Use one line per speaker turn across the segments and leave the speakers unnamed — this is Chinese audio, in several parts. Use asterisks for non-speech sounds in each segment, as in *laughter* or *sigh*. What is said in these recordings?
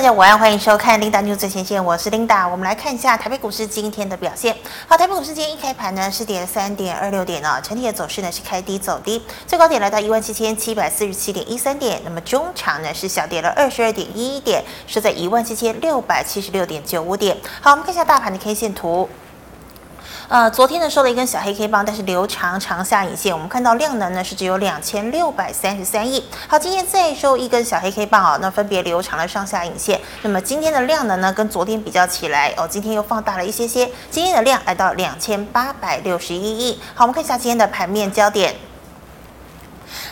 家午安，欢迎收看 Linda News 最前线，我是 Linda。我们来看一下台北股市今天的表现。好，台北股市今天一开盘呢是跌三点二六点哦，整体的走势呢是开低走低，最高点来到一万七千七百四十七点一三点，那么中场呢是小跌了二十二点一一点，是在一万七千六百七十六点九五点。好，我们看一下大盘的 K 线图。呃，昨天呢收了一根小黑 K 棒，但是留长长下影线，我们看到量能呢是只有两千六百三十三亿。好，今天再收一根小黑 K 棒啊、哦，那分别留长了上下影线。那么今天的量能呢跟昨天比较起来哦，今天又放大了一些些，今天的量来到两千八百六十一亿。好，我们看一下今天的盘面焦点。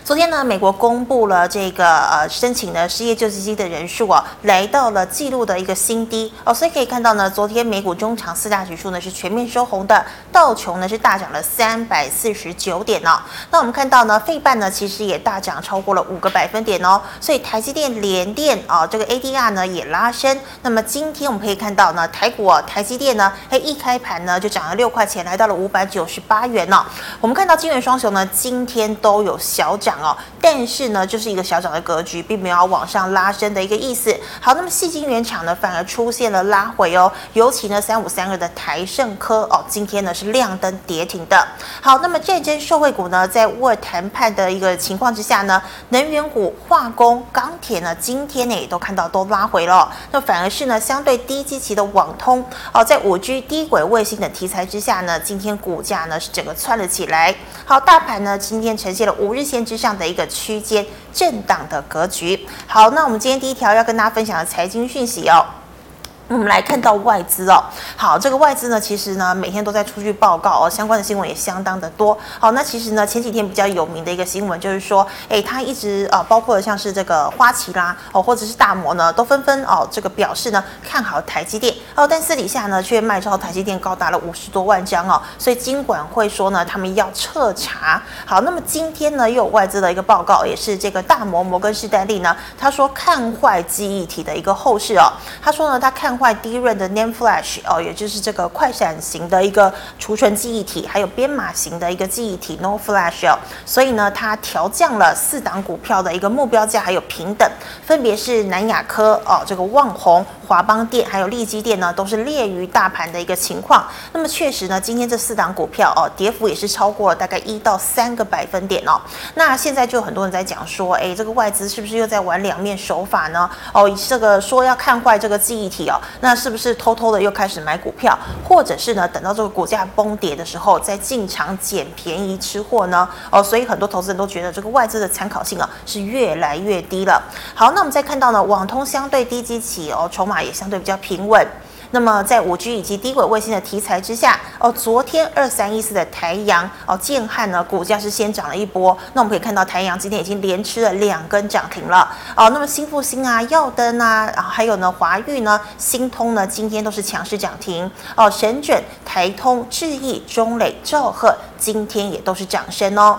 昨天呢，美国公布了这个呃申请呢失业救济金的人数啊，来到了记录的一个新低哦，所以可以看到呢，昨天美股中场四大指数呢是全面收红的，道琼呢是大涨了三百四十九点哦。那我们看到呢，费半呢其实也大涨超过了五个百分点哦，所以台积电、联电啊、哦，这个 ADR 呢也拉升。那么今天我们可以看到呢，台股啊，台积电呢，哎一开盘呢就涨了六块钱，来到了五百九十八元哦。我们看到金元双雄呢今天都有小涨。哦，但是呢，就是一个小涨的格局，并没有往上拉升的一个意思。好，那么细晶圆厂呢，反而出现了拉回哦，尤其呢，三五三二的台盛科哦，今天呢是亮灯跌停的。好，那么战争受惠股呢，在乌尔谈判的一个情况之下呢，能源股、化工、钢铁呢，今天呢也都看到都拉回了、哦。那反而是呢，相对低基期的网通哦，在五 G 低轨卫星的题材之下呢，今天股价呢是整个窜了起来。好，大盘呢今天呈现了五日线之。上的一个区间震荡的格局。好，那我们今天第一条要跟大家分享的财经讯息哦。我们来看到外资哦，好，这个外资呢，其实呢每天都在出具报告哦，相关的新闻也相当的多。好，那其实呢前几天比较有名的一个新闻就是说，哎，它一直呃，包括像是这个花旗啦哦，或者是大摩呢，都纷纷哦这个表示呢看好台积电哦，但私底下呢却卖超台积电高达了五十多万张哦，所以金管会说呢他们要彻查。好，那么今天呢又有外资的一个报告，也是这个大摩摩根士丹利呢，他说看坏记忆体的一个后市哦，他说呢他看。快低润的 NAND Flash 哦，也就是这个快闪型的一个储存记忆体，还有编码型的一个记忆体 No Flash 哦，所以呢，它调降了四档股票的一个目标价，还有平等，分别是南亚科哦，这个旺宏、华邦电还有利基电呢，都是列于大盘的一个情况。那么确实呢，今天这四档股票哦，跌幅也是超过了大概一到三个百分点哦。那现在就有很多人在讲说，哎，这个外资是不是又在玩两面手法呢？哦，这个说要看坏这个记忆体哦。那是不是偷偷的又开始买股票，或者是呢，等到这个股价崩跌的时候再进场捡便宜吃货呢？哦，所以很多投资人都觉得这个外资的参考性啊是越来越低了。好，那我们再看到呢，网通相对低基期哦，筹码也相对比较平稳。那么，在五 G 以及低轨卫星的题材之下，哦，昨天二三一四的台阳哦，建汉呢股价是先涨了一波。那我们可以看到，台阳今天已经连吃了两根涨停了哦。那么新复兴啊、耀登啊，啊还有呢华域呢、新通呢，今天都是强势涨停哦。神准、台通、智毅、中磊、兆赫今天也都是涨升哦。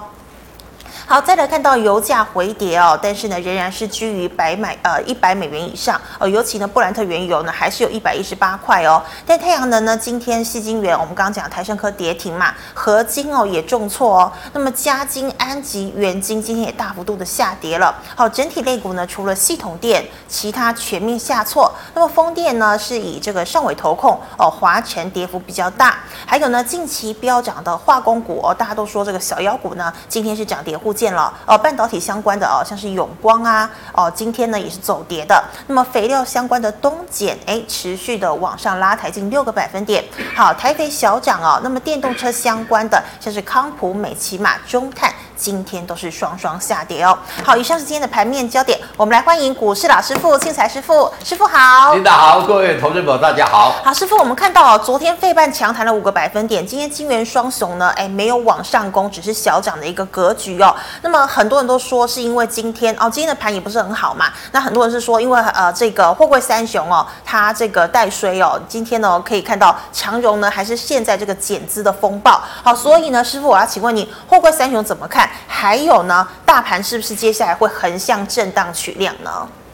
好，再来看到油价回跌哦，但是呢，仍然是居于百买呃一百美元以上哦。尤其呢，布兰特原油呢还是有一百一十八块哦。但太阳能呢，今天细晶元我们刚刚讲台盛科跌停嘛，合金哦也重挫哦。那么嘉金、安吉、元金今天也大幅度的下跌了。好、哦，整体类股呢，除了系统电，其他全面下挫。那么风电呢，是以这个上尾投控哦，华晨跌幅比较大。还有呢，近期飙涨的化工股哦，大家都说这个小妖股呢，今天是涨跌互。见了哦，半导体相关的哦，像是永光啊，哦，今天呢也是走跌的。那么肥料相关的东碱，哎，持续的往上拉抬近六个百分点。好，台肥小涨哦。那么电动车相关的，像是康普、美骑马、中碳，今天都是双双下跌哦。好，以上是今天的盘面焦点，我们来欢迎股市老师傅、庆财师傅，师傅好，
领导好，各位投资者大家好。
好，师傅，我们看到、哦、昨天费半强弹了五个百分点，今天金元双雄呢，哎，没有往上攻，只是小涨的一个格局哦。那么很多人都说是因为今天哦，今天的盘也不是很好嘛。那很多人是说，因为呃这个货柜三雄哦，它这个带衰哦，今天呢可以看到长荣呢还是现在这个减资的风暴。好、哦，所以呢，师傅我要请问你，货柜三雄怎么看？还有呢，大盘是不是接下来会横向震荡取量呢？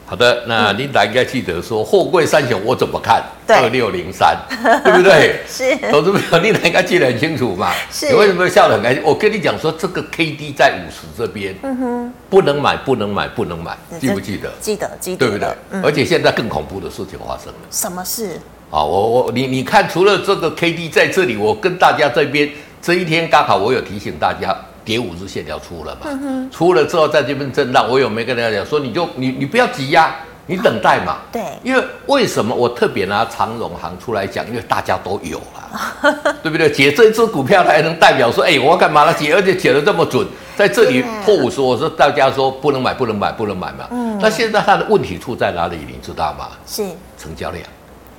好的，那琳达应该记得说，货柜三雄我怎么看？
对
二六零三，对
*laughs*
不对？
是
投资朋友，琳达应该记得很清楚嘛。
是
你为什么笑得很开心？我跟你讲说，这个 K D 在五十这边，嗯哼，不能买，不能买，不能买，记不记得？
记得记得，
对不对？
嗯，
而且现在更恐怖的事情发生了。
什么事？
啊，我我你你看，除了这个 K D 在这里，我跟大家这边这一天刚好我有提醒大家，跌五日线条出了嘛，出了之后在这边震荡，我有没跟大家讲说，你就你你不要急呀、你等待嘛。
对
因为为什么我特别拿长荣行出来讲？因为大家都有啦，对不对？解这一只股票才能代表说，哎、我要干嘛了？解，而且解的这么准，在这
对
里
啊
破五十，我说大家说不能买，不能买，不能买嘛。那现在它的问题出在哪里？你知道吗？
是
成交量。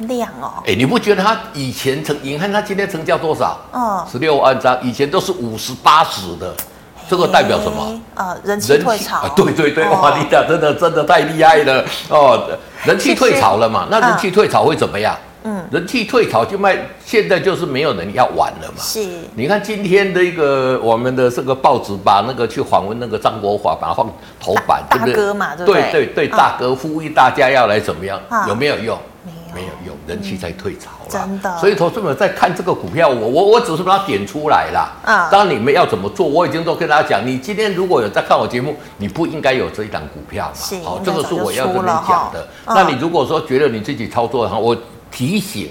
量哦，
哎、你不觉得它以前成？你看它今天成交多少？
哦，
十六万张，以前都是五十八十的，这个代表什么？
哎？呃，人气退
气
潮
啊，对对对，
哦
哇，你俩真的真的太厉害了哦！人气退潮了嘛？那人气退潮会怎么样？
嗯，
人气退潮就卖，现在就是没有人要玩了嘛。
是
你看今天的一个我们的这个报纸把那个去访问那个张国华，把它放头版，
大
对不对？
大哥嘛对
对
不对
对对
嗯
大哥呼吁大家要来怎么样？
啊
有没有用？
没有
没有用，人气在退潮了。
真的
所以投资者在看这个股票，我我我只是把它点出来啦。
啊
当然你们要怎么做，我已经都跟大家讲。你今天如果有在看我节目，你不应该有这一档股票嘛？
是
好
应该
这个
早
是
就
我要
出
跟你
了哈
讲的。
嗯
那你如果说觉得你自己操作哈，我提醒。
嗯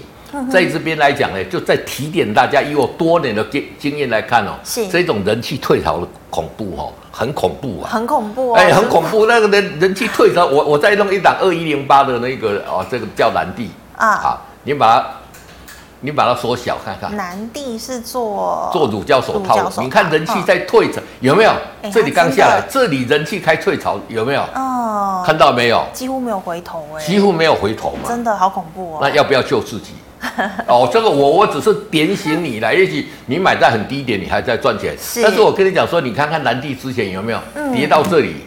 在这边来讲呢，就再提点大家，以我多年的经经验来看哦，
是
这种人气退潮的恐怖哦，很恐怖啊。
很恐怖哦，
哎、很恐怖，那个人人气退潮，我我再弄一档二一零八的那个哦，这个叫蓝地
啊
好，你把它你把它缩小看看，
南地是做
做乳胶手
乳胶
套
手，套
你看人气在退潮、有没有
哎？
这里刚下
它
来
真，
这里人气开退潮有没有？
哦，
看到没有？
几乎没有回头哎，
几乎没有回头嘛。
真的好恐怖哦，
*laughs* 那要不要
*laughs*
救自己？哦，这个我我只是点醒你啦，也许你买在很低点，你还在赚钱。
是嗯
但是我跟你讲说，你看看蓝地之前有没有、跌到这里？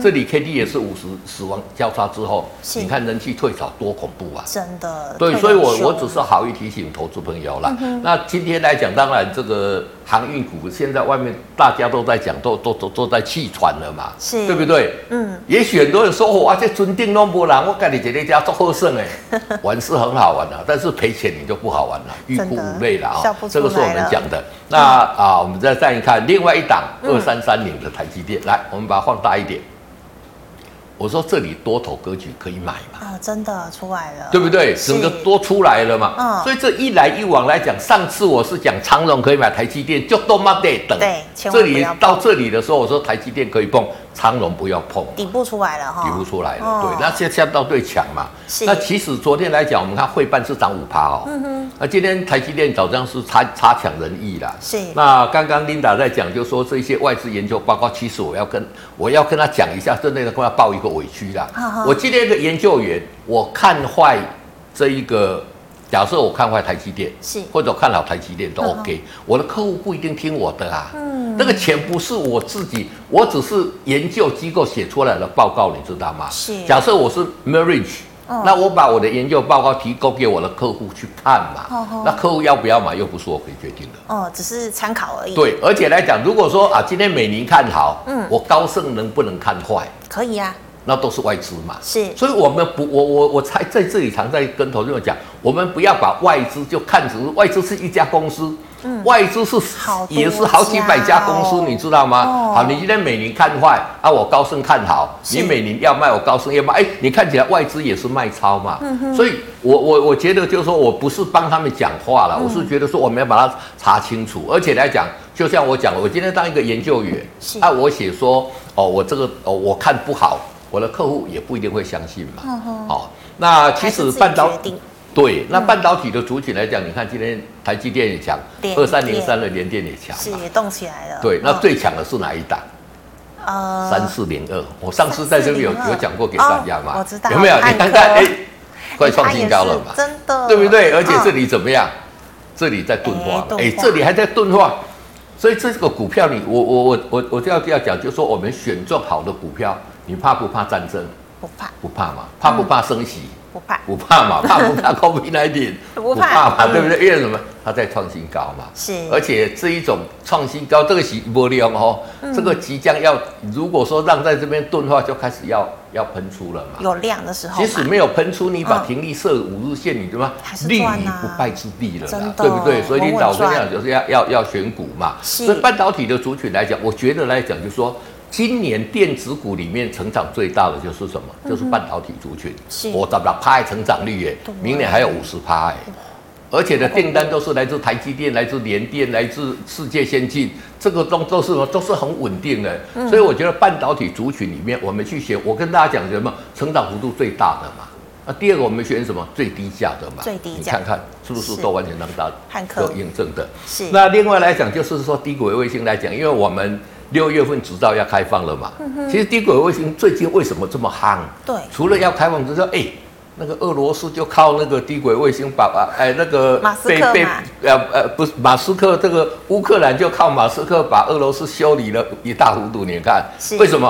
这里 K D 也是五十死亡交叉之后，
是
你看人气退潮多恐怖啊！
真的
对，
退
所以我
休
我只是好意提醒投资朋友啦。
嗯
那今天来讲，当然这个航运股现在外面大家都在讲，都都都都在弃船了嘛，
是
对不对？
嗯，
也许很多人说，哇，这准定弄波人，我跟你姐姐家做后生哎， *laughs* 玩是很好玩的、但是赔钱你就不好玩了，欲哭
真的
无泪了啊、
笑不出
这个是我们
来了嗯
讲的。那啊，我们再看一看另外一档二三三零的台积电，来，我们把它放大一点。我说这里多头格局可以买嘛？
啊，真的出来了，
对不对？
是
整个多出来了嘛。
嗯
所以这一来一往来讲，上次我是讲长荣可以买台积电，就都妈得等。
对千万
这
不
里
要碰
到这里的时候，我说台积电可以碰，长荣不要碰。
底部出来了哈，
底部出来了，
哦
对，那现相到最强嘛
是。
那其实昨天来讲，我们看汇办是涨五趴哦。嗯哼。那今天台积电早上是差差强人意啦。
是
那刚刚 Linda 在讲，就说这些外资研究报告，其实我要跟我要跟他讲一下，真的要跟他抱一个委屈啦。
好好
我今天的研究员，我看坏这一个。假设我看坏台积电，
是
或者我看好台积电都
嗯哼
OK，、我的客户不一定听我的
嗯
啊。那个钱不是我自己，我只是研究机构写出来的报告，你知道吗？
是
假设我是 Marriage，、
嗯
那我把我的研究报告提供给我的客户去看嘛，
哦吼
那客户要不要买又不是我可以决定的。
哦，只是参考而已，，
对，而且来讲，如果说啊，今天美林看好，
嗯
我高盛能不能看坏？
可以啊，
那都是外资嘛。
是
所以我们不，我我我才在这里常在跟投资者讲，我们不要把外资就看成外资是一家公司，外资是
嗯好多
也是好几百家公司，
家哦
你知道吗？
哦
好，你今天美林看坏啊，我高盛看好，
是
你美林要卖，我高盛要卖，哎，你看起来外资也是卖超嘛，
嗯
所以我我我觉得就是说我不是帮他们讲话
嗯
了，我是觉得说我们要把它查清楚，而且来讲，就像我讲，我今天当一个研究员
是，
啊，我写说哦，我这个哦，我看不好，我的客户也不一定会相信嘛，好、那其
嗯还是
实
自己
半导
决定嗯
对，那半导体的族群来讲，你看今天台积电也强，
联电
二三零三的联电也强
是
嘛，
也动起来了，
对，那
嗯
最强的是哪一档？
呃
三四零二，我上次在这里有
3402
有讲过给大家嘛，
哦我知道
有没有？
汉科
你看看，哎，快创新高
它
了
也是
嘛，
真的，
对不对？而且这
嗯
里怎么样？这里在钝化嘛，
哎
哎
钝，化
这里还在钝化，所以这个股票你，我我我我我就要就要讲，就是说我们选中好的股票，你怕不怕战争？
不怕
不怕嘛，怕不怕升息？
不怕，
不怕嘛，怕不怕 COVID 1 9
嗯 *laughs* 不怕
嘛，
嗯
对不对？因为什么？它在创新高嘛。
是
而且这一种创新高，这个是波量哦，
嗯
这个即将要，如果说让在这边钝化，就开始要要喷出了嘛。
有量的时候
即使
嘛，
没有喷出，你把
嗯
停利设五日线，你就嘛
还是
立于
赚啊
不败之地了
真
啦
的，
对不对？所以
稳
领
稳
导跟你
赚
讲，就是要要要选股嘛。
是
所以半导体的族群来讲，我觉得来讲，就是说今年电子股里面成长最大的就是什么？就是半导体族群。
嗯
哦
是
我怎么拍成长率耶
对？
明年还有五十趴哎。而且呢，订单都是来自台积电、来自联电、来自世界先进，这个都都是都是很稳定的。
嗯
所以我觉得半导体族群里面，我们去选，我跟大家讲什么，成长幅度最大的嘛。啊，第二个我们选什么最低价的嘛？
最低
你
价
看看是不是
是
都完全让大
汉
家
克
有验证的？
是
那另外来讲，就是说低轨卫星来讲，因为我们六月份执照要开放了嘛。
嗯
其实低轨卫星最近为什么这么夯？
对
除了要开放之后，哎、那个俄罗斯就靠那个低轨卫星把把哎那个
马斯克
被被
嘛
呃呃不是马斯克这个乌克兰就靠马斯克把俄罗斯修理了一大糊涂，你看
是
为什么？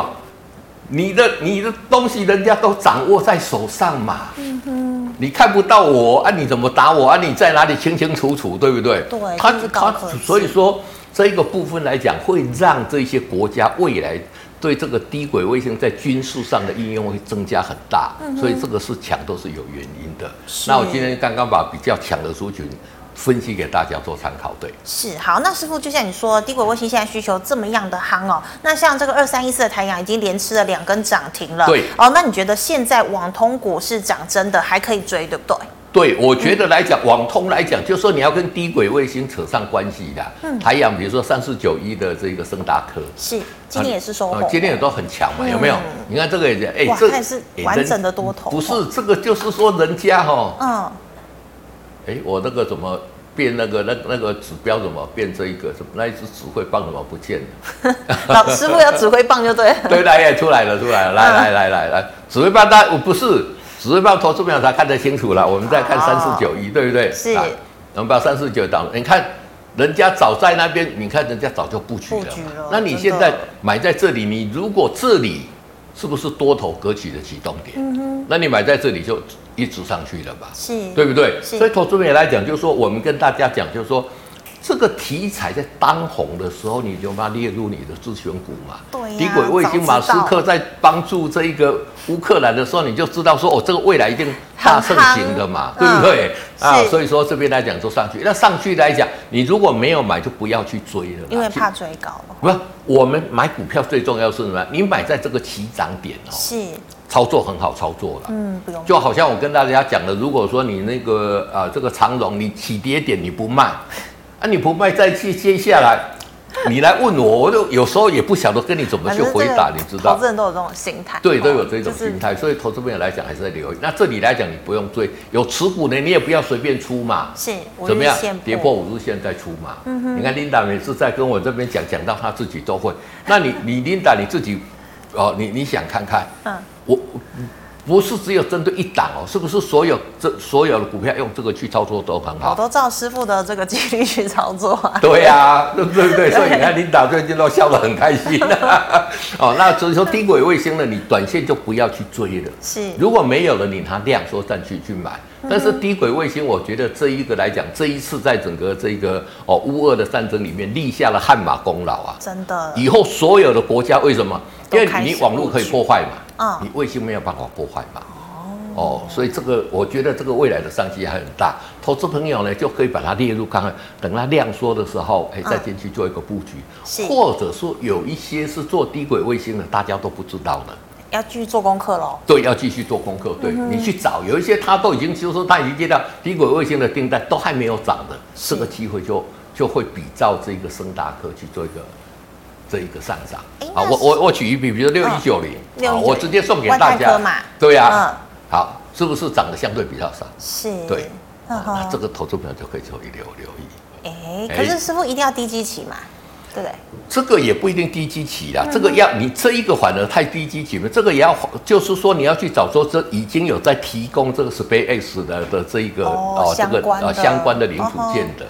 你的你的东西人家都掌握在手上嘛，
嗯
你看不到我啊，你怎么打我啊？你在哪里清清楚楚，对不对？
对
他
就是高
他
科技
所以说这一个部分来讲，会让这些国家未来对这个低轨卫星在军事上的应用会增加很大，所以这个是强都是有原因的。
嗯是
那我今天刚刚把比较强的族群分析给大家做参考，对。
是好。那师傅就像你说，低轨卫星现在需求这么样的夯哦，那像这个二三一四的台阳已经连吃了两根涨停了，
对
哦。那你觉得现在网通股是涨真的还可以追，对不对？
对，我觉得来讲，网通来讲，就说你要跟低轨卫星扯上关系的。
嗯
台阳，比如说三四九一的这个升达科，
是，今天也是收
啊
红，
今天也都很强嘛，
嗯
有没有？你看这个也是，哎
哇，
这
它也是
哎
完
人
整的多头哦
不是这个，就是说人家哈，
嗯，
哎，我那个怎么变那个那那个指标怎么变这一个？怎么那一只指挥棒怎么
*laughs*
不见了？
老师傅有指挥棒就对了，
对来也出来了，出来了，
*laughs*
来来来来来，指挥棒大我不是指挥棒投资票才看得清楚了，我们再看
哦
三四九一，对不对？
是
来我们把三四九当，你看。人家早在那边，你看人家早就布局了嘛。
布局了
那你
真
现
的
在买在这里，你如果这里是不是多头格局的启动点？
嗯
那你买在这里就一直上去了吧？
*laughs* 是，
对不对？
嗯是
所以投资人来讲，就是说我们跟大家讲，就是说这个题材在当红的时候，你就把它列入你的自选股嘛。
对呀
低轨卫星马斯克在帮助这一个乌克兰的时候，你就知道说，哦，这个未来一定大盛行的嘛，
很
对
夯
不对？啊
嗯是
所以说这边来讲就上去，那上去来讲，你如果没有买，就不要去追了嘛，
因为
去
怕追高了，
不，我们买股票最重要是什么？你买在这个起涨点哦，
是，
操作很好操作了。
嗯，不用，
就好像我跟大家讲的，如果说你那个啊、呃这个长荣你起跌点你不卖，啊你不卖再去接下来， *laughs* 你来问我，我就有时候也不晓得跟你怎么
反
去
正
回
这个
答，你知道
投资？人都有这种心态，
对，都
哦
有这种心。态，所以投资朋友来讲还是在留意。那这里来讲你不用追，有持股呢你也不要随便出嘛。
就是是，五
怎么
日
样
线？
跌破五日线再出嘛。你看 Linda 每次在跟我这边讲，讲到她自己都会。那 *laughs* 你你 Linda 你自己，哦，你你想看看，
嗯，
我我不是只有针对一档哦，是不是所有这所有的股票用这个去操作都很
我
好？
都照师傅的这个纪律去操作啊。
对呀、 *laughs* 对不对所以你看琳达最近都笑得很开心、 *laughs* 哦，那所以说低轨卫星呢，你短线就不要去追了。
是，
如果没有了，你拿量缩战去去买。
嗯
但是低轨卫星，我觉得这一个来讲，这一次在整个这个哦乌俄的战争里面立下了汗马功劳啊。
真的，
以后所有的国家为什么？因为
都开始
你网络可以破坏
嗯
嘛，你卫星没有办法破坏嘛。哦，所以这个我觉得这个未来的商机还很大，投资朋友呢就可以把它列入看看，等它量缩的时候，哎，再进去做一个布
嗯是
局，或者说有一些是做低轨卫星的，大家都不知道的。
要继续做功课喽。
对，要继续做功课。
嗯
对、你去找，有一些他都已经就是说他已经接到低轨卫星的订单，都还没有涨的，
是
这个机会
嗯
就就会比照这个升达科去做一个这一个上涨
诶。
好，
那
我
是
我我举一比，比
嗯
如六一九零，啊
6190
好我直接送给大
万泰科
家
嘛。
对呀、
嗯
好，是不是涨得相对比较少？
是，
对，啊
嗯
那
哼
这个投资朋友就可以留意留留意。
哎，
哎
可是师傅一定要低基期嘛，对不对？
这个也不一定低基期
嗯
啦，这个要你这一个反而太低基期了，这个也要就是说你要去找说这已经有在提供这个 SpaceX 的的这一个
哦
这
相
个
关的
相关的零组件的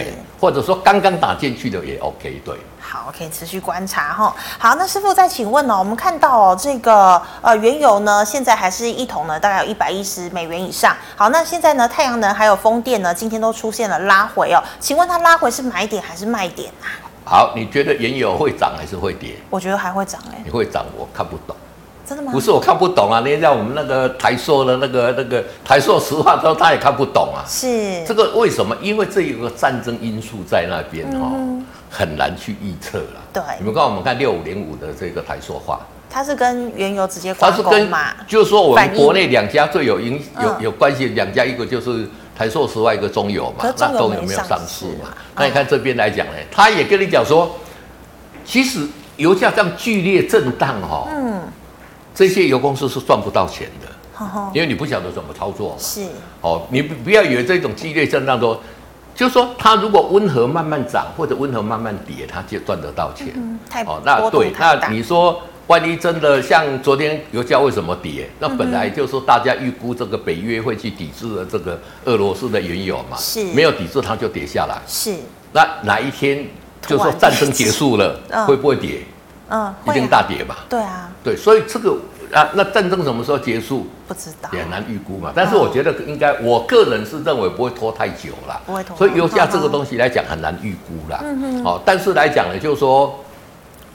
哦，是
或者说刚刚打进去的也 OK 对。
好，可以持续观察哈。好，那师傅再请问呢、我们看到哦，这个呃原油呢，现在还是一桶呢，大概有一百一十美元以上。好，那现在呢，太阳能还有风电呢，今天都出现了拉回哦。请问它拉回是买点还是卖点啊？
好，你觉得原油会涨还是会跌？
我觉得还会涨哎、
你会涨，我看不懂。
真的吗？
不是我看不懂啊，连像我们那个台硕的那个那个台硕石化都他也看不懂啊。
是
这个为什么？因为这有个战争因素在那边哦，很难去预测了。
嗯对
你们看我们看六五零五的这个台塑化，
它是跟原油直接挂
它是
钩
跟
嘛？
就是说我
反
们
应
国内两家最有影
嗯
有有关系的两家，一个就是台塑石外，一个中油
可
嘛
是，中油
那中
没
油没有
上
上
市
市
啊
嘛？那你看这边来讲呢，他也跟你讲说，其实油价这样剧烈震荡哦，
嗯，
这些油公司是赚不到钱的，
呵呵
因为你不晓得怎么操作嘛。
是
哦，你不不要以为这种激烈震荡多，就是说它如果温和慢慢涨或者温和慢慢跌，它就赚得到钱。
嗯太
哦，
波
那
动
对，
太大
那你说万一真的像昨天油价为什么跌？那
嗯
本来就是说大家预估这个北约会去抵制了这个俄罗斯的原油嘛，
是
没有抵制它就跌下来。
是
那哪一天就
突
说
然
战争结束了
嗯，
会不会跌？
嗯，
一
会
定
啊
大跌吧？
对啊，
对，所以这个啊，那战争什么时候结束？
不知道
也很难预估嘛。但是我觉得应该，我个人是认为不会拖太久啦。
不会拖
所以油价这个东西来讲很难预估啦。
嗯哼
哦，但是来讲呢，就是说。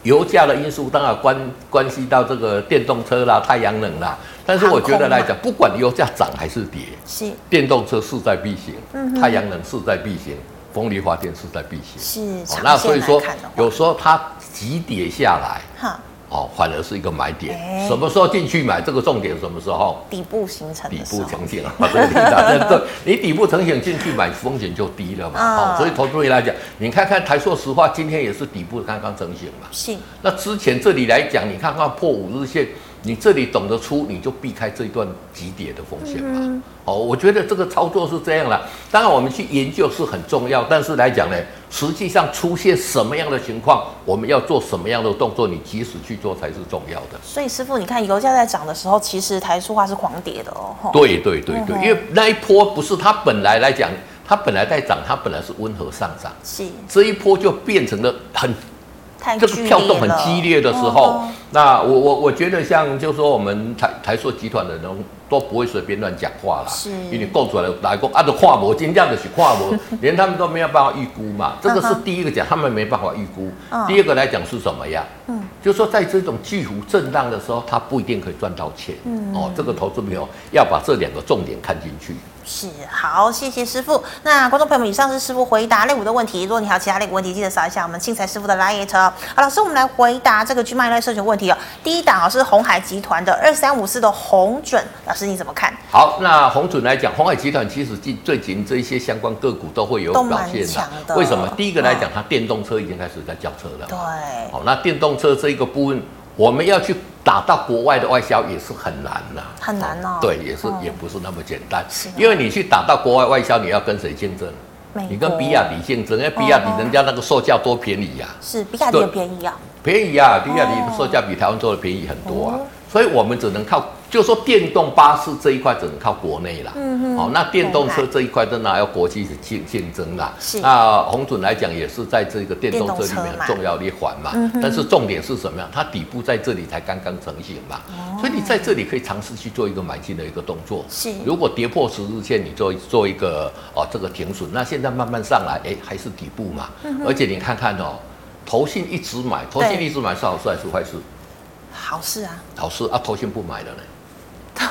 油价的因素当然关关系到这个电动车啦、太阳能啦，但是我觉得来讲，不管油价涨还是跌，
是
电动车势在必行，
嗯哼
太阳能势在必行，风力发电势在必行。
是
哦
长
那所以
线
说
来看的话，，
有时候它急跌下来，
哈
哦，反而是一个买点。
哎
什么时候进去买？这个重点什么时候？
底部形成
底
的时
部
候，
成 *laughs* 型啊，这个领导对，你底部成型进去买，风险就低了嘛。
啊
哦，所以投资人来讲，你看看台塑石化今天也是底部刚刚成型嘛。
是
那之前这里来讲，你看看破五日线，你这里懂得出，你就避开这一段急跌的风险嘛。哦，我觉得这个操作是这样啦。当然，我们去研究是很重要，但是来讲呢，实际上出现什么样的情况，我们要做什么样的动作，你及时去做才是重要的。
所以师傅，你看油价在涨的时候，其实台塑化是狂跌的哦。吼，
对对对对
嗯，哼
因为那一波不是它本来来讲，它本来在涨，它本来是温和上涨，
是
这一波就变成了很
太
这个跳动很激烈的时候
嗯，
那我我我觉得像就说我们台台塑集团的人都不会随便乱讲话啦，
是
因为你供出来的来供啊，都跨模，今天的是跨
*laughs*
模，连他们都没有办法预估嘛。这个是第一个讲，他们没办法预估
嗯。
第二个来讲是什么呀？
嗯
嗯，就说在这种巨幅震荡的时候，他不一定可以赚到钱。
嗯
哦，这个投资朋友要把这两个重点看进去。
是好，谢谢师傅。那观众朋友们，以上是师傅回答类股的问题。如果你还有其他类股问题，记得扫一下我们庆财师傅的 liet 哦。好，老师，我们来回答这个 G 麦类社群问题哦。第一档哦是红海集团的二三五四的红准，老师你怎么看？
好，那红准来讲，红海集团其实近最近这一些相关个股都会有
都
表
蛮
现
强
的。
的
为什么？第一个来
嗯
讲，它电动车已经开始在叫车了。
对，
好，那电动车这一个部分，我们要去打到国外的外销也是很难的、
很难哦
对，也是、
嗯
也不是那么简单
是啊，
因为你去打到国外外销，你要跟谁竞争？
美
你跟
国
比亚迪竞争，因为比亚
哦
迪人家那个售价多便宜呀、
是比亚迪很
对
便宜啊，
便宜啊，比亚迪
哦
的售价比台湾做的便宜很多啊，
哦
所以我们只能靠，就说电动巴士这一块只能靠国内啦。
嗯哼
哦，那电动车
明
这一块真的还要国际竞竞争啦。
是
那红准来讲也是在这个电动车里
电动车
面
嘛
很重要的一环嘛。
嗯哼
但是重点是什么呀？它底部在这里才刚刚成型嘛，所以你在这里可以尝试去做一个买进的一个动作。
哦是
如果跌破十日线，你做做一个哦这个停损，那现在慢慢上来，哎，还是底部嘛。而且你看看哦，投信一直买，投信
对
一直买是好事还是坏事？
好事啊，
好事啊，投信不买了呢。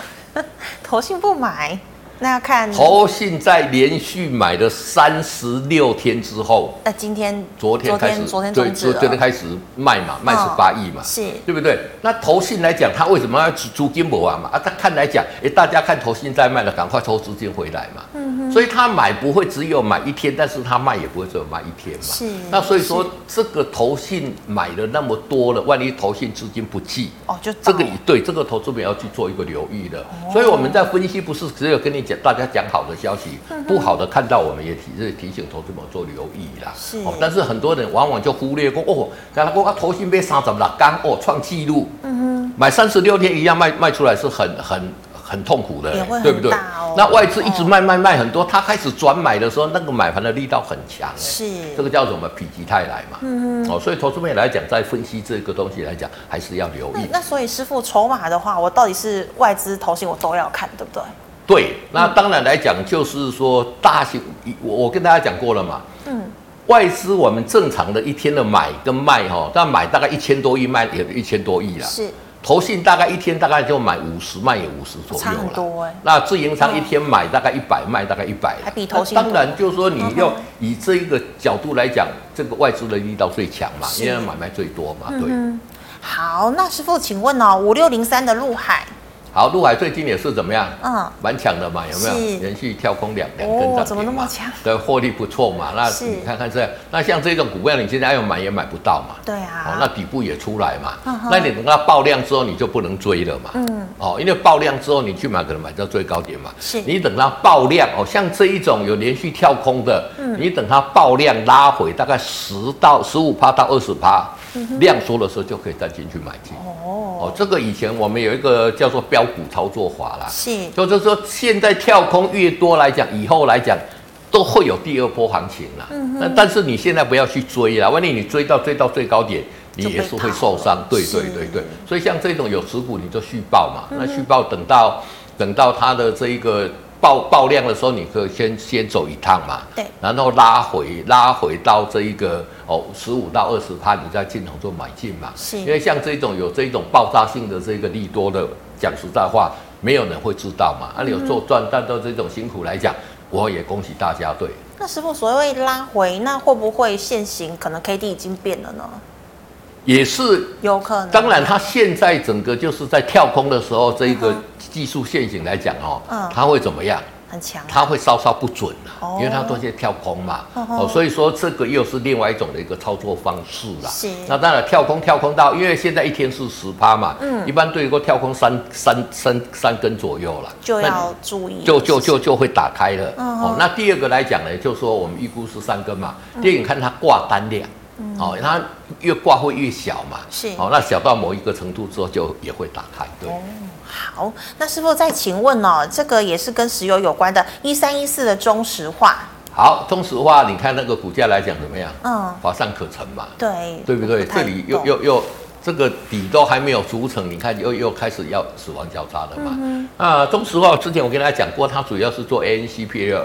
投信不买，那要看
投信在连续买了三十六天之后，
那呃今天
昨天开始，
昨天
对
终止
昨
了哦
昨天开始卖嘛，卖十八亿嘛。
是
对不对？那投信来讲，他为什么要租租金博啊嘛？啊，他看来讲，诶，大家看投信在卖了，赶快抽资金回来嘛。
嗯
所以他买不会只有买一天，但是他卖也不会只有卖一天嘛。
是
那所以说，这个投信买了那么多了，万一投信资金不济，
哦就
这个
倒了
对这个投资者要去做一个留意的。所以我们在分析，不是只有跟你讲大家讲好的消息，
嗯
不好的看到我们也提是提醒投资者做留意啦。哦
是
但是很多人往往就忽略过哦，刚才我啊投信被三十六刚哦创纪录，
嗯
买三十六天一样卖卖出来是很很很痛苦的、
也会很
对不对
大哦？
那外资一直
哦
卖卖卖很多，他开始转买的时候，那个买盘的力道很强、哎
哼，是
这个叫什么否极泰来嘛。
嗯
哦，所以投资面来讲，在分析这个东西来讲，还是要留
那
意。
那所以师傅筹码的话，我到底是外资、投信，我都要看，对不对？
对，那
嗯
当然来讲，就是说大型，我我跟大家讲过了嘛，
嗯，
外资我们正常的一天的买跟卖哈，但买大概一千多亿，卖也一千多亿啦。
是
投信大概一天大概就买五十，卖也五十左
差很
右了。
多哎、
那自营商一天买大概一百，卖大概一百，
还比投信
那
多
当然就是说你要
嗯哼
以这一个角度来讲，这个外资的力道最强嘛，
是
因为买卖最多嘛，对。
嗯哼，好，那师傅，请问哦，五六零三的陆海，
好，陆海最近也是怎么样？
嗯，
蛮强的嘛，有没
是
有？连续跳空两两根涨停嘛、
哦怎么那么强
对，获利不错嘛。那
是
你看看这，那像这种股票，你现在要买也买不到嘛。
对
哦
啊，，
那底部也出来嘛，
嗯哼
那你等它爆量之后，你就不能追了嘛。
嗯，
哦，因为爆量之后你去买，可能买到最高点嘛。
是
你等它爆量哦，像这一种有连续跳空的，
嗯
你等它爆量拉回大概十到十五趴到二十趴，量缩的时候就可以再进去买进。
嗯哦，
哦，这个以前我们有一个叫做标股操作法啦，
是
就就是说现在跳空越多来讲，以后来讲都会有第二波行情啦。
嗯
那、但是你现在不要去追啦，万一你追到追到最高点，你
就被
也是会
套
受伤
了。
对
是
对对对，所以像这种有持股你就续报嘛，
嗯
那续报等到等到它的这一个。爆爆量的时候，你可以先先走一趟嘛，
对
然后拉回拉回到这一个哦十五到二十趴，你再进场做买进嘛，
是
因为像这种有这种爆炸性的这个利多的，讲实在话，没有人会知道
嗯
嘛。啊，你有做赚但到这种辛苦来讲，我也恭喜大家。对，
那师傅所谓拉回，那会不会现行可能 K D 已经变了呢？
也是
有可能，
当然，它现在整个就是在跳空的时候，这一个技术陷阱来讲哦
嗯，
它会怎么样？
很强，啊
它会稍稍不准
哦
啊，因为它都是跳空嘛，
哦
哦，所以说这个又是另外一种的一个操作方式啦。
是
那当然跳空跳空到，因为现在一天是十趴嘛，
嗯
一般对于个跳空三三三三根左右啦，
就
那
要注意，
就就就就会打开了。
嗯
哦，那第二个来讲呢，就说我们预估是三根嘛，第二个你看它挂单量，哦，它越挂会越小嘛，
嗯是
哦，那小到某一个程度之后就也会打开，对。
哦，好，那师傅再请问哦，这个也是跟石油有关的，一三一四的中石化，
好，中石化，你看那个股价来讲怎么样？
嗯，
乏善可陈嘛，
对，
对不对？
太
这里又
懂
又又这个底都还没有筑成，你看又又开始要死亡交叉了
嗯
嘛。啊，中石化之前我跟大家讲过，它主要是做 ANCP 二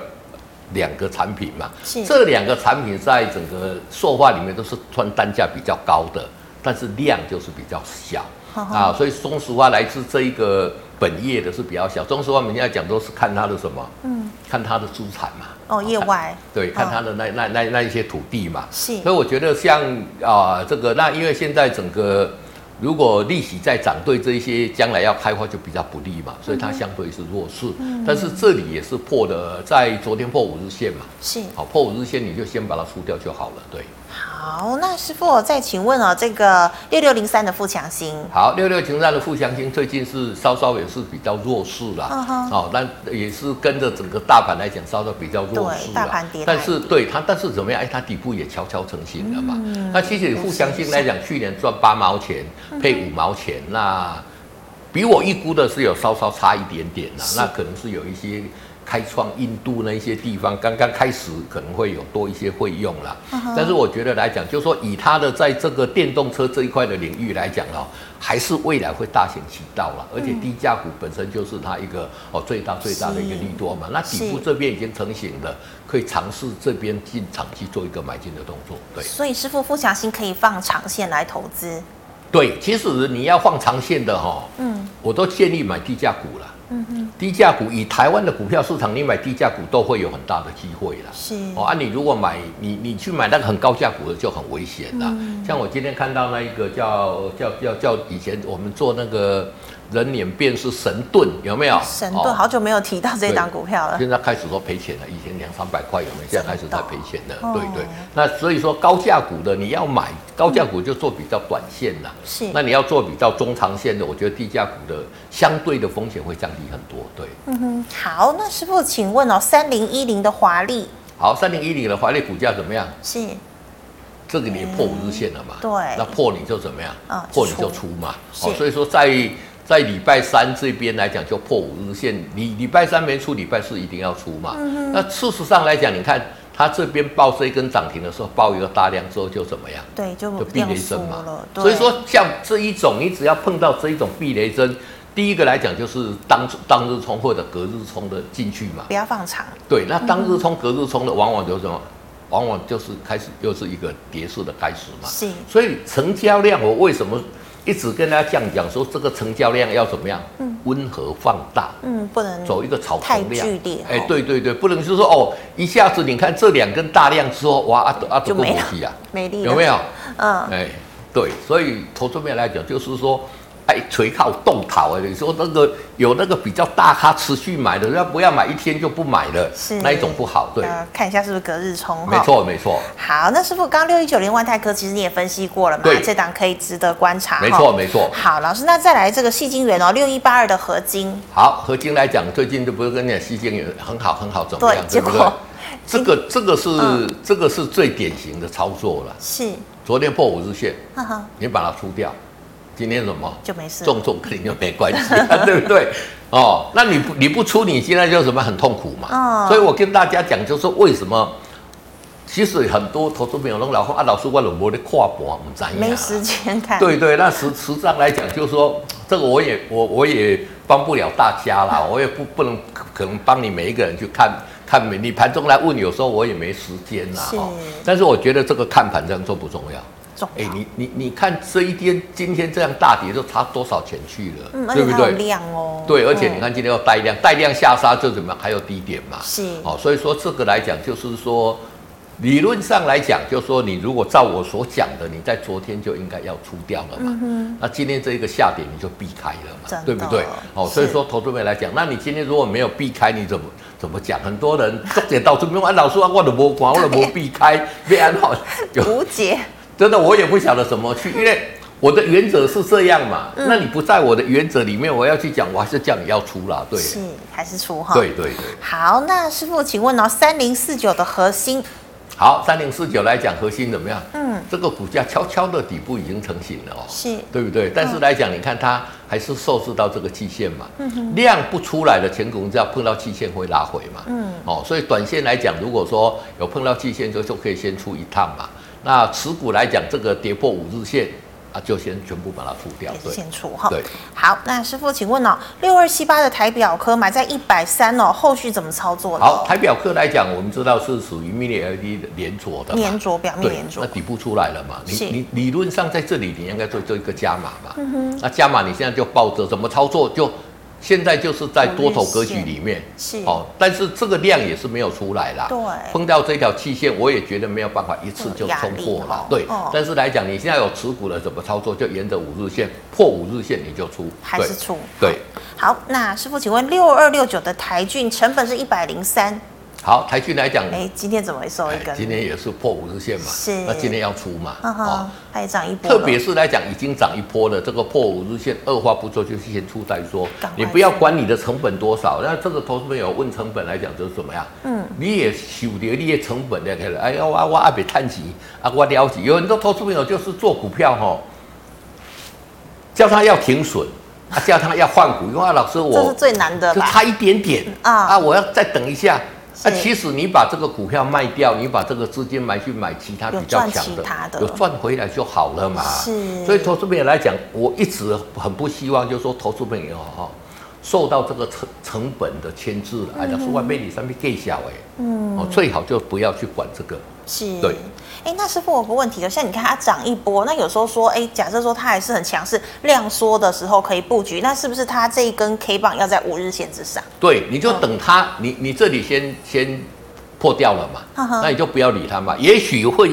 两个产品嘛
是，
这两个产品在整个塑化里面都是算单价比较高的，但是量就是比较小。
呵呵
啊，所以中石化来自这一个本业的是比较小。中石化我们现在讲都是看它的什么？
嗯，
看它的资产嘛。
哦，业
看
外
对，看
嗯
它的那那那那一些土地嘛。
是
所以我觉得像啊、这个，那因为现在整个如果利息在涨，对这一些将来要开发就比较不利嘛，所以它相对是弱势。但是这里也是破的，在昨天破五日线嘛，
是
好破五日线你就先把它出掉就好了。对，
好。那师傅再请问哦，这个六六零三的富强星，
好，六六情站的富强星最近是稍稍也是比较弱势
嗯
啦，
哼
哦，但也是跟着整个大盘来讲稍稍比较弱势
对
啦。
大盘跌
但是对它，但是怎么样？哎，它底部也悄悄成型了嘛。
嗯
那其实富强星来讲，去年赚八毛钱，配五毛钱，那比我预估的是有稍稍差一点点啦。
是
那可能是有一些。开创印度那一些地方刚刚开始可能会有多一些会用啦，
嗯
但是我觉得来讲，就是说以它的在这个电动车这一块的领域来讲哦，还是未来会大行其道啦。
嗯
而且低价股本身就是它一个哦最大最大的一个
是
利多嘛，那底部
是
这边已经成型了，可以尝试这边进场去做一个买进的动作，对。
所以师傅富强星可以放长线来投资，
对，其实你要放长线的哈、
嗯
我都建议买低价股了。
嗯嗯，
低价股以台湾的股票市场，你买低价股都会有很大的机会啦。
是
哦，啊，你如果买你你去买那个很高价股的就很危
嗯
险啦。像我今天看到那一个叫叫叫叫以前我们做那个人脸辨识神盾有没有？哦
神盾好久没有提到这档股票了。
现在开始说赔钱了，以前两三百块有没有？现在开始在赔钱了，
真的哦
对对。那所以说高价股的你要买，高价股就做比较短线啦。
是
那你要做比较中长线的，我觉得低价股的相对的风险会降低很多。对。
嗯哼，好，那师傅，请问哦，三零一零的华丽
好，三零一零的华丽股价怎么样？
是
这个你也破五日线了嘛？
嗯对
那破你就怎么样？
啊
破你就出嘛。
出
好、
是
所以说在在礼拜三这边来讲，就破五日线。你礼拜三没出，礼拜四一定要出嘛。
嗯
那事实上来讲，你看它这边爆这一根涨停的时候，爆一个大量之后就怎么样？
对，就
就避
量
雷
缩
针嘛
嗯了。。对
所以说，像这一种，你只要碰到这一种避雷针，第一个来讲就是当当日冲或者隔日冲的进去嘛。
不要放长，
对，那当日冲、隔日冲的，往往就是什么？往往就是开始又是一个跌势的开始嘛。
是
所以成交量，我为什么一直跟大家这样讲说，这个成交量要怎么样？温和放大。
嗯，不能
走一个草
太
丛量，
剧烈
哎、
哦
对对对，不能就是说哦，一下子你看这两根大量之后，哇，啊都啊都
就
过
没了
去啊，
*laughs* 没力了
有没有？
嗯，
哎，对，所以投资面来讲，就是说，哎，垂靠动逃哎，你说那个有那个比较大咖持续买的，那不要买一天就不买了
是，
那一种不好，对，
呃，看一下是不是隔日冲
没
哈。
错没错，
好，那师傅，刚六一九零万泰科其实你也分析过了嘛
对，
这档可以值得观察。
没
哈
错没错。
好，老师，那再来这个细晶元哦，六一八二的合金，
好，合金来讲，最近就不是跟你讲西金也很好很好，怎么样？
对
对不
结
对
果？嗯
这个这个是、这个是最典型的操作了。
是，
昨天破五日线，
哈哈，
你把它出掉，今天什么？
就没事。
重重跟你就没关系、 *laughs* 啊，对不对？哦，那你不你不出，你现在就什么很痛苦嘛。
嗯
所以我跟大家讲，就是为什么，其实很多投资朋友拢老说啊，老师我都没得跨博，唔知影。
没时间看，
对对，那实实际上来讲，就是说这个我也我我也帮不了大
*laughs*
家啦，我也不不能可能帮你每一个人去看看每你盘中来问，有时候我也没时间啦。哦
是
但是我觉得这个看盘这样重不重要？
重
哎、
要，
你你你看这一天今天这样大跌，就差多少钱去了，
嗯，而
对
且
不
它有
对？
量哦。
对，而且
嗯
你看今天要带量，带量下杀就怎么样，还有低点嘛。
是
哦，所以说这个来讲，就是说理论上来讲，就是说你如果照我所讲的，你在昨天就应该要出掉了嘛。那今天这一个下跌你就避开了
嗯真
嘛
的，
对不对？哦，
是
所以说投资面来讲，那你今天如果没有避开，你怎么怎么讲？很多人重点到这边，啊，老师啊，我的没管，我的没避
*laughs*
开，被安好有
无解，
真的我也不晓得怎么去，因为我的原则是这样嘛。
嗯
那你不在我的原则里面，我要去讲，我还是叫你要出啦， *laughs* 对，
是还是出哈？
对。对对。
好，那师傅，请问哦，三零四九的核心
好，三零四九来讲核心怎么样？
嗯，
这个股价悄悄的底部已经成型了哦，
是嗯
对不对？但是来讲，你看它还是受制到这个季线嘛，
嗯
量不出来的前股价碰到季线会拉回嘛，
嗯，
哦，所以短线来讲，如果说有碰到季线就就可以先出一趟嘛。那持股来讲，这个跌破五日线啊，就先全部把它出掉
也，是
对。
先出哈。
对，
好，那师傅，请问哦，六二七八的台表科买在一百三哦，后续怎么操作呢？
好，台表科来讲，我们知道是属于 mini LED 的连锁的嘛，
粘着表面
对，
粘
那
着，
底部出来了嘛？你
是嗯
你理论上在这里你应该做做一个加码嘛？那加码你现在就抱着怎么操作？就现在就是在多头格局里面，
是
哦，但是这个量也是没有出来啦。
对
碰到这条期限，我也觉得没有办法一次就冲
有压
破
力哦
了。对
哦，
但是来讲，你现在有持股了，怎么操作？就沿着五日线破五日线你就出，
还
对
是出？
对。
好，那师傅，请问六二六九的台骏成本是一百零三，
好，台讯来讲，
哎，今天怎么会收一
哎
根？
今天也是破五日线嘛
是，嗯
那今天要出嘛，哦
哈哈，它也涨一波
特
了，
别是来讲，已经涨一波了，这个破五日线，二话不说就是先出再说
赶快。
你不要管你的成本多少，那这个投资朋友问成本来讲就是怎么样？嗯，你也修掉你的成本的，可能哎呀，我我阿别探钱，啊我了解。有很多投资朋友就是做股票哈、叫他要停损，啊叫他要换股，因为啊老师
这是
我
最难的
就
吧？
差一点点
啊
我要再等一下。
是
那、其实你把这个股票卖掉，你把这个资金买去买其他比
有
较
赚
强
其他的
有赚回来就好了嘛。
是
所以投资朋友来讲，我一直很不希望，就是说投资朋友哈、受到这个成成本的牵制了，哎、
嗯
老师外面你上面给小哎，嗯，哦，最好就不要去管这个。
是，
对。
哎，那师傅，我有个问题哦，像你看它涨一波，那有时候说，哎，假设说它还是很强势，量缩的时候可以布局，那是不是它这一根 K 棒要在五日线之上？
对，你
嗯
就等它，你你这里先先破掉了嘛
嗯哼，
那你就不要理它嘛，也许会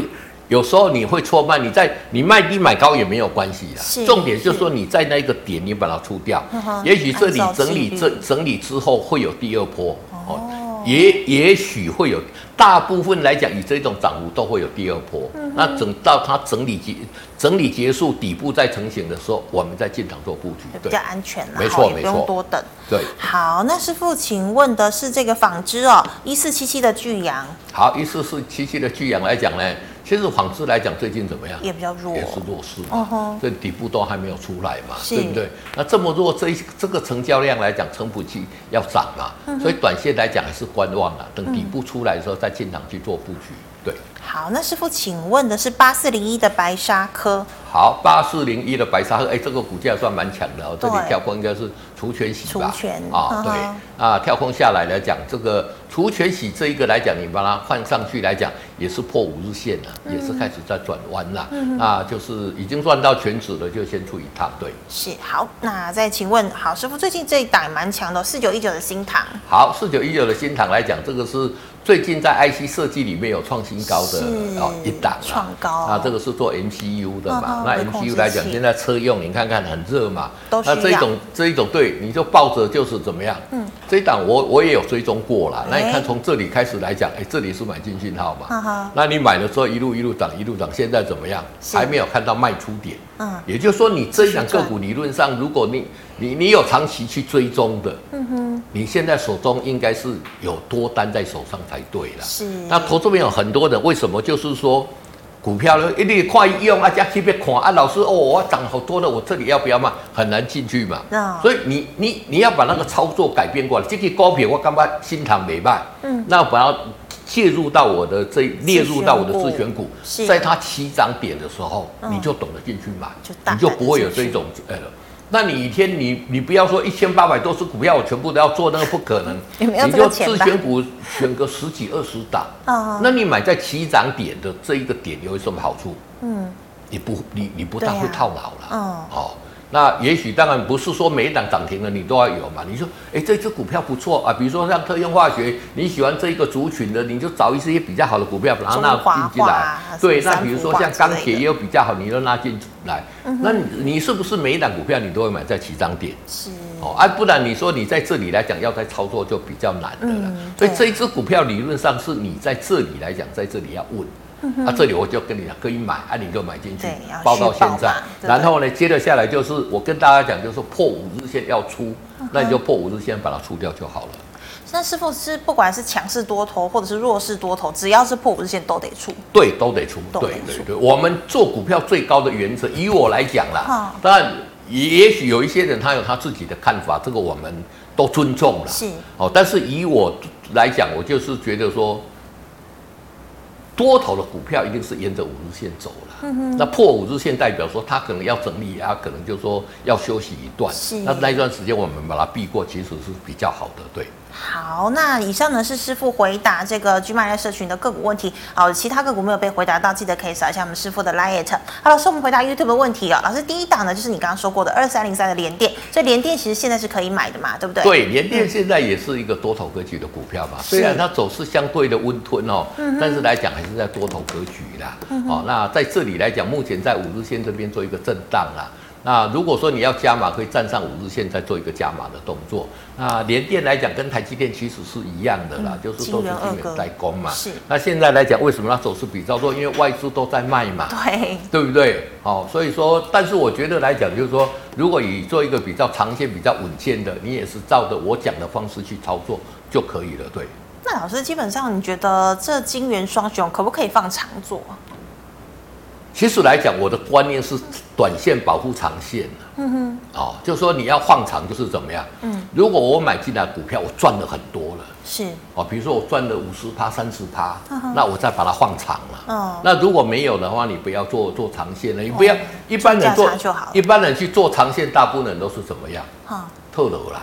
有时候你会错卖，你在你卖低买高也没有关系
是
啦。重点就是说你在那个点你把它出掉
嗯哼，
也许这里
按照
整理
纪律
这整理之后会有第二波哦，也也许会有，大部分来讲以这种涨幅都会有第二波。
嗯
那等到它整理结整理结束，底部再成型的时候，我们再进场做布局。
比
对
较安全啦，
没错
哦也不
没
用
错
多等。
对，
好，那师傅，请问的是这个纺织哦，一四七七的巨阳
好，一四四七七的巨阳来讲呢，其实纺织来讲最近怎么样？
也比较弱
也，是弱势
嗯
嘛
哼，
这底部都还没有出来嘛，
是
对不对？那这么弱，这一这个成交量来讲，成本期要涨啊，
嗯
所以短线来讲还是观望啊，等底部出来的时候再进场去做布局。对，
好，那师傅，请问的是八四零一的白沙科，
好，八四零一的白沙鹤，哎，这个股价算蛮强的哦，这
对
里跳空应该是除权洗吧？
除权
啊
嗯，
对
哼
啊，跳空下来来讲，这个除权洗这一个来讲，你把它换上去来讲，也是破五日线了，
嗯
也是开始在转弯了，啊，就是已经赚到全指了，就先出一趟，对。
是好，那再请问，好师傅，最近这一档也蛮强的，哦四九一九的新塘，
好，四九一九的新塘来讲，这个是最近在 IC 设计里面有创新高的
是
哦一档啊
创高
啊，这个是做 MCU 的嘛
哦嗯嗯，
那
微控制
MCU 来讲，
器
现在车用你看看很热嘛
都，需要
那这一种这一种对，你就抱着就是怎么样？嗯，这一档我我也有追踪过啦。那你
哎嗯
看从这里开始来讲，哎，这里是买进讯号
哈
嘛，
哈，
那你买了之后一路一路涨一路涨，现在怎么样？
是
还没有看到卖出点。
嗯，
也就是说，你这一档
继续赚
个股理论上，如果你你你有长期去追踪的，
嗯哼，
你现在手中应该是有多单在手上才对啦。
是
那投资面有很多人，为什么就是说股票呢？一你快用啊，加去别看啊，老师哦，我涨好多了，我这里要不要卖？很难进去嘛。
嗯
所以你你你要把那个操作改变过来。这个股票我干嘛新塘没卖？
嗯，
那把它介入到我的这列入到我的自选股
是，
在它起涨点的时候，
嗯
你就懂得进去买
就，大
你就
胆地
不会有
进
这
去。
种呃。那你一天你你不要说一千八百多只股票我全部都要做，那个不可能
*laughs* 也没有
你
这个
就
钱
自
吧
选股选个十几二十档，
啊
那你买在起涨点的这一个点有什么好处？
嗯，
你不你你不大
对啊
会套牢了。
嗯
哦，那也许当然不是说每一档涨停了你都要有嘛。你说，哎，这只股票不错啊，比如说像特用化学，你喜欢这一个族群的，你就找一些比较好的股票把它纳
中华化
进进来
啊。
对，
什么
那比如说像钢
三福化之类
铁
的嗯
也有比较好，你就拉进来。那你你是不是每一档股票你都会买在起涨点？
是，
哦，啊，不然你说你在这里来讲要再操作就比较难的了。
嗯
所以
对
这一只股票理论上是你在这里来讲，在这里要问。啊，这里我就跟你讲，可以买，啊，你就买进去
嗯对要，
报到
续
现
报
在
嘛。对
然后呢，接着下来就是我跟大家讲，就是破五日线要出，那你就破五日线把它出掉就好了。
那师傅是不管是强势多头或者是弱势多头，只要是破五日线都得出，
对，都得出。
都
对
得
对
出
对，我们做股票最高的原则，以我来讲啦
嗯，
当然也也许有一些人他有他自己的看法，这个我们都尊重了。
是
哦，但是以我来讲，我就是觉得说，多头的股票一定是沿着五日线走了。
嗯
那破五日线代表说它可能要整理啊，可能就说要休息一段
是。
那那一段时间我们把它避过，其实是比较好的。对。
好，那以上呢是师傅回答这个聚麦社群的个股问题。好，其他个股没有被回答到，记得可以扫一下我们师傅的 liet。好，老师，我们回答 YouTube 的问题哦。老师，第一档呢就是你刚刚说过的二三零三的联电，所以联电其实现在是可以买的嘛，对不对？，嗯
对，联电现在也是一个多头格局的股票嘛，虽然它走势相对的温吞哦，但是来讲还是在多头格局啦。
嗯
哦，那在这里来讲，目前在五日线这边做一个震荡啦。那如果说你要加码，可以站上五日线再做一个加码的动作。那联电来讲，跟台积电其实是一样的啦，就是都
晶嗯
是
圆二
晶
哥
圆代工嘛。
是
那现在来讲，为什么它走势比较弱？因为外资都在卖嘛。
对，
对不对？好、所以说，但是我觉得来讲，就是说，如果你做一个比较长线、比较稳健的，你也是照着我讲的方式去操作就可以了。对，
那老师，基本上你觉得这金元双雄可不可以放长做？
其实来讲，我的观念是短线保护长线啊
嗯哼，
哦，就是说你要放长，就是怎么样？
嗯，
如果我买进来股票，我赚了很多了。
是，
哦，比如说我赚了五十趴、三十趴，那我再把它放长了。
嗯
那如果没有的话，你不要做做长线了，你不要、
哦
一般人做
价差就好了
一般人去做长线，大部分人都是怎么样？
哈、
特楼啦，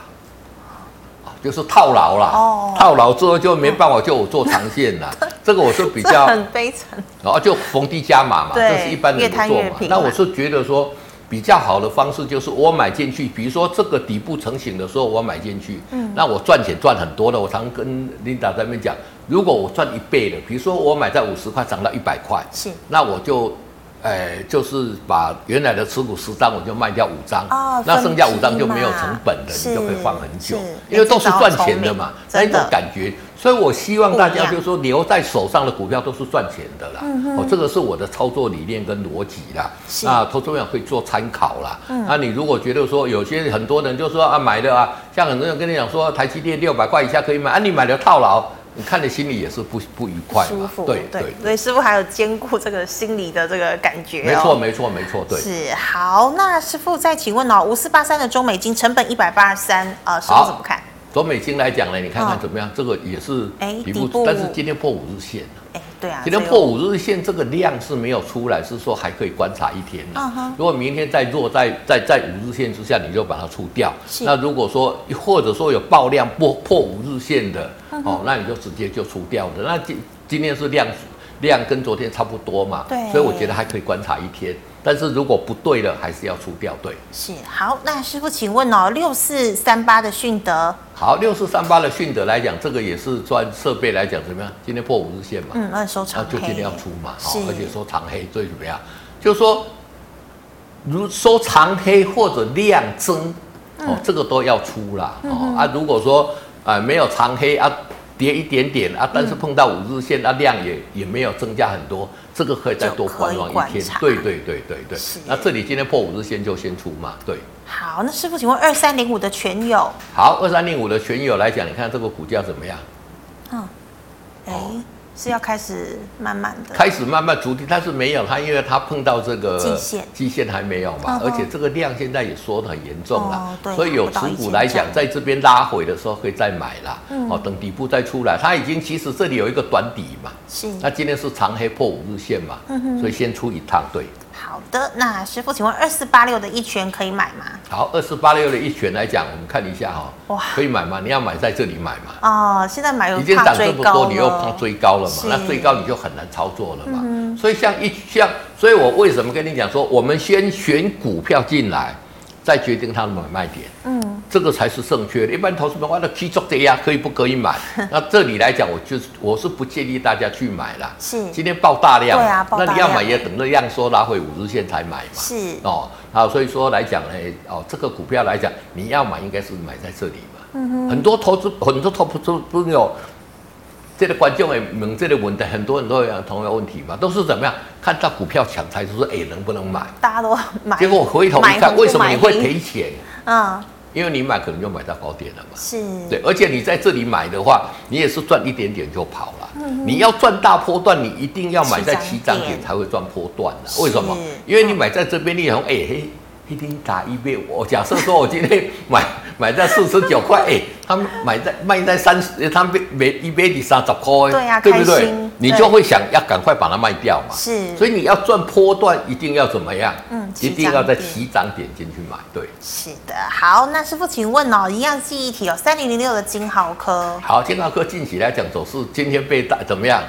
啊就是套牢啦，
哦
套牢之后就没办法就我做长线
*laughs*
啦，这个我是比
这
较，哦啊
很悲惨。
然后就逢低加码嘛，
对
这是一般人
越摊
做
越
嘛
平。啊
那
嘛
我是觉得说。比较好的方式就是我买进去，比如说这个底部成型的时候我买进去，嗯，那我赚钱赚很多的。我常跟琳达在那边讲，如果我赚一倍的，比如说我买在五十块涨到一百块，
是
那我就，呃，就是把原来的持股十张，我就卖掉五张，
哦
那
分
剩下五
批
张就没有
嘛
成本的，
是
你就可以放很久
是，
因为都是
你知道
赚
聪
钱的
明
嘛，
真
那一种
的
感觉。所以我希望大
不一
家
样嗯
就是说留在手上的股票都是赚钱的啦，哦，这个是我的操作理念跟逻辑啦，
是嗯
那投资朋友可以做参考啦。那你如果觉得说有些很多人就说啊买了啊，像很多人跟你讲说台积电六百块以下可以买，啊你买了套牢，你看你心里也是不不愉快
舒
嘛
服，，
对对
对，所以师傅还有兼顾这个心理的这个感觉、哦，
没错，没错，没错，对。
是好，那师傅再请问哦，五四八三的中美金成本一百八十三，呃，师傅
好
怎么看？
中美金来讲呢，你看
哦
看怎么样？这个也是
哎底
底
部
部，但是今天破五日线了。
哎，对啊，
今
这
天
个
破五日线，这个量是没有出来，是说还可以观察一天呢、
嗯哼
如果明天再弱，在在在五日线之下，你就把它出掉
是。
那如果说或者说有爆量破破五日线的、
嗯
哦，那你就直接就出掉的。那今今天是量量跟昨天差不多嘛，
对
所以我觉得还可以观察一天。但是如果不对了，还是要出掉。对，
是好，那师傅请问哦，六四三八的迅德，
好，六四三八的迅德来讲，这个也是专设备来讲怎么样？今天破五日线嘛，
嗯，那收
那
长
啊就
黑，
今天要出嘛，
是
哦，而且说长黑，所以怎么样？就是说，如收长黑或者量增，
嗯
哦，这个都要出啦，哦啊，如果说啊、呃没有长黑啊，跌一点点啊，
嗯
但是碰到五日线啊，量也也没有增加很多，这个可以再多观望
就可以
一
观
天
察，
对对对对对
是，
那这里今天破五日线就先出嘛，对。
好，那师傅请问二三零五的全友，
好，二三零五的全友来讲，你看这个股价怎么样？
哎、
哦
是要开始慢慢的，
开始慢慢筑底，但是没有它，因为它碰到这个
季线
季线还没有嘛
嗯，哼
而且这个量现在也缩得很严重
哦
了
对，
所以有持股
看不到
来讲
以前这样，
在这边拉回的时候可以再买啦，
嗯
哦，等底部再出来，它已经其实这里有一个短底嘛，
是
那今天是长黑破五日线嘛，
嗯
所以先出一趟，对，
好的。那师傅请问二四八六的一拳可以买吗？
好，二四八六的一拳来讲，我们看一下哈、
哇
可以买吗？你要买在这里买嘛，
哦，现在买有
已经
怕
涨这
追
么
高
多，
了，
你又碰追高了嘛
是？嗯
那追高你就很难操作了嘛。所以像一像，所以我为什么跟你讲说，我们先选股票进来，再决定它的买卖点。嗯，这个才是正确的。一般投资朋友的 K 中的呀，可以不可
*laughs*
以买？那这里来讲，我就是我是不建议大家去买啦。
是
今天爆大量，
对啊爆
那
大
你要
量
买也等着量缩拉回五日线才买嘛。
是
哦，好，所以说来讲呢，哦，这个股票来讲，你要买应该是买在这里嘛。
嗯
很多投资很多投资朋友，这个观众也问这个问题，很多很多样同样问题嘛，都是怎么样看到股票抢才说哎、能不能买？
大家都买，
结果我回头一
买
看，
红
为什么
不买
你会
黑？
赔钱？
嗯，
因为你买可能就买到高点了嘛。
是，
对，而且你在这里买的话，你也是赚一点点就跑了。你要赚大波段，你一定要买在
嗯起
起
涨
涨
点
点才会赚波段的。为什么
是？
因为你买在这边，你想，哎、嘿，一天打一倍。我假设说我今天买买在四十九块，哎、他们买在卖在三十，他们每一杯你三十块，
对啊
对不
开
对
心？
你
对
就会想要赶快把它卖掉嘛。
是
啊所以你要赚波段，一定要怎么样？
嗯
一定要在
起
起涨点进去买，对。
是的。好，那师傅请问哦，一样记忆体哦，三零零六的金豪科，
好，健康科近期来讲走势，今天被打怎么样？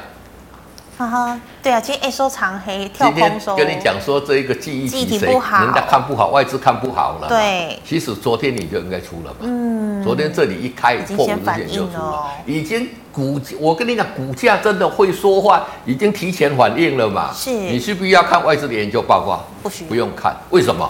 哈哈，对啊，今天哎收长黑跳
今天
空收，
跟你讲说这一个记忆
记忆体
体谁
不好
人家看不好，外资看不好了嘛。
对
其实昨天你就应该出了嘛。嗯，昨天这里一开
经
破五
先
日
反
线
应
就出
了哦
了，已经股，我跟你讲，股价真的会说话，已经提前反应了嘛。
是
你需不需要看外资的研究报告？
不需要
不用看，为什么？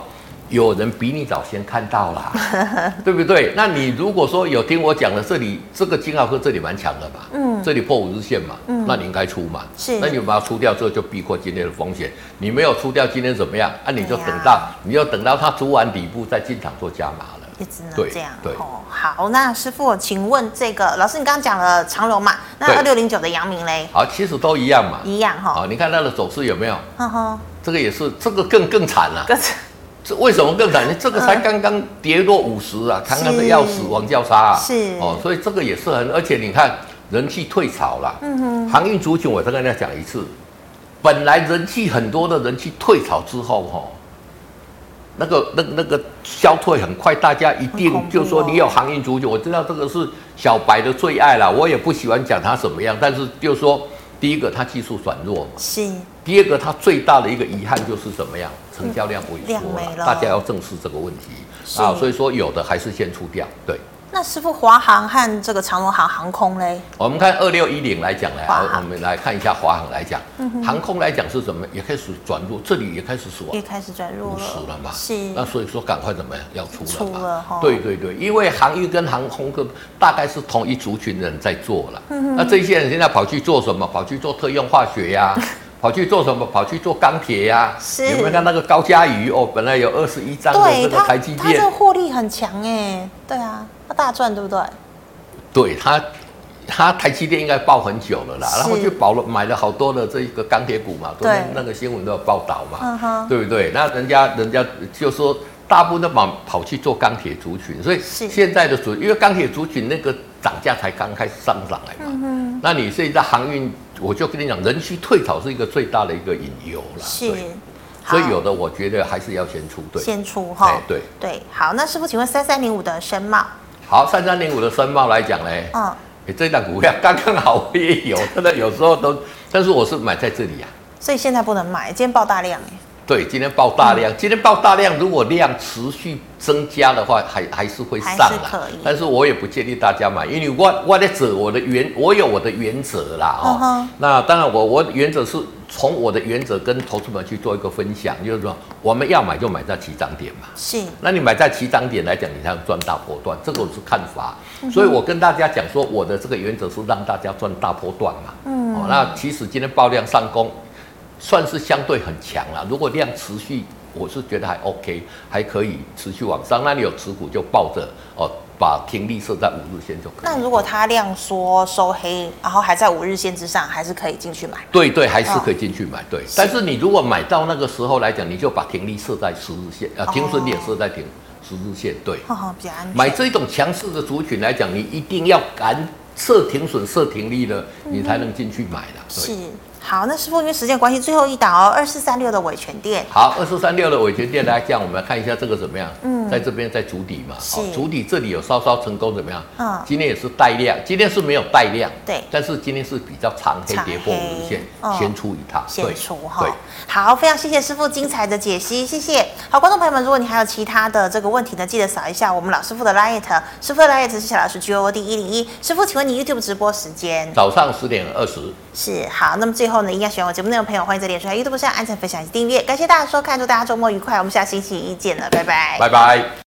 有人比你早先看到啦。对不对？那你如果说有听我讲的，这里这个金浩科这里蛮强的嘛，
嗯
这里破五日线嘛，嗯，那你应该出嘛，
是
那你把它出掉之后就避过今天的风险，你没有出掉今天怎么样？啊，你就
对呀
等到、你就等到它出完底部再进场做加码了。
也只能
对
这样
对
哦。好，那师傅，请问这个老师，你刚刚讲了长荣嘛？那二六
对
零九的阳明嘞，
好，其实都一样嘛，
一样哈、
好，你看它的走势有没有？
哈哈，
这个也是，这个更更惨了、
各自
这为什么
*laughs*
更惨？这个才刚刚跌落五十啊，刚刚的要死王交叉啊，
是
哦，所以这个也是很，而且你看人气退潮了，嗯哼，航运族群我再跟大家讲一次，本来人气很多的人气退潮之后哈、哦，那个那个那个消退很快，大家一
很
定
恐怖哦
就是说你有航运族群，我知道这个是小白的最爱啦，我也不喜欢讲他怎么样，但是就是说第一个它技术转弱嘛，
是
第二个它最大的一个遗憾就是怎么样，成交量萎
量
缩
嗯没了
大家要正视这个问题
是
啊。所以说有的还是先出掉，对。
那师傅，华航和这个长荣航航空嘞，
我们看二六一零来讲呢，呃
华航嗯
我我们来看一下华航来讲，航空来讲是什么？也开始转弱，这里也开始死亡
也开始转弱
五
了，
十了嘛，
是
那所以说赶快怎么样要出了嘛？
出了齁
对对对，因为航运跟航空跟大概是同一族群的人在做了，
嗯
那这些人现在跑去做什么？跑去做特用化学呀、跑去做什么？跑去做钢铁呀、
嗯是
有没有看那个高佳瑜哦？本来有二十一张的
对
这个
他
台积
他这
电
个，获利很强哎，对啊，他大赚对不对？
对他，他台积电应该报很久了啦，
是
然后就保了买了好多的这一个钢铁股嘛，昨天
对
那个新闻都有报道
嗯
嘛，
哼，
对不对？那人家人家就说大部分都跑跑去做钢铁族群，所以
是
现在的族因为钢铁族群那个涨价才刚开始上涨来嘛，
嗯
那你现在航运，我就跟你讲，人去退潮是一个最大的一个隐忧
哼，
啦，
是
对，所以
好
有的我觉得还是要先出对，
先出哈
哎，对，
对，好，那师傅，请问三三零五的申茂，
好，三三零五的申茂来讲呢。
嗯，
欸、这档股票刚刚好，我也有，真的有时候都，但是我是买在这里呀、
所以现在不能买，今天爆大量哎，
对，今天爆大
嗯
量，今天爆大量，如果量持续增加的话，还还是会
还
上
是可
啦
以。
但是我也不建议大家买，因为我我的则，我的原我有我的原则啦哦。
嗯哼
那当然我，我原则是从我的原则跟投资者去做一个分享，就是说我们要买就买在起涨点嘛。
是
那你买在起涨点来讲，你才能赚大波段，这个我是看法。
嗯
所以我跟大家讲说，我的这个原则是让大家赚大波段嘛。嗯，哦，那其实今天爆量上攻，算是相对很强了。如果量持续，我是觉得还 OK，还可以持续往上。那你有持股就抱着哦，把停利设在五日线就可以。
那如果它量缩收黑，然后还在五日线之上，还是可以进去买。
对对，还是可以进去买，
啊
对。但是你如果买到那个时候来讲，你就把停利设在十日线，
哦
呃，停损点设在停十日线，对。
哈哈，比较安全。
买这种强势的族群来讲，你一定要敢设停损、设停利了，你才能进去买的。对，
嗯是好，那师傅因为时间关系，最后一档哦，二四三六的维权店
好，二四三六的尾权店来讲，我们来看一下这个怎么样？
嗯
在这边在主底嘛，
是
主底这里有稍稍成功怎么样？
嗯
今天也是带量，今天是没有带量，
对
但是今天是比较长黑
长
跌破五日线
黑哦，
先出一趟，对
先出哈
对。
好，非常谢谢师傅精彩的解析，谢谢。好，观众朋友们，如果你还有其他的这个问题呢，记得扫一下我们老师傅的 liet，师傅的 liet 是小老师 G O O D 一零一。师傅，请问你 YouTube 直播时间
早上十点二十。
是好？那么最后呢，一样喜欢我节目内容的朋友，欢迎在脸书、还有 YouTube 上按赞、分享以及订阅。感谢大家收看，祝大家周末愉快，我们下星期一见了，拜拜
拜拜。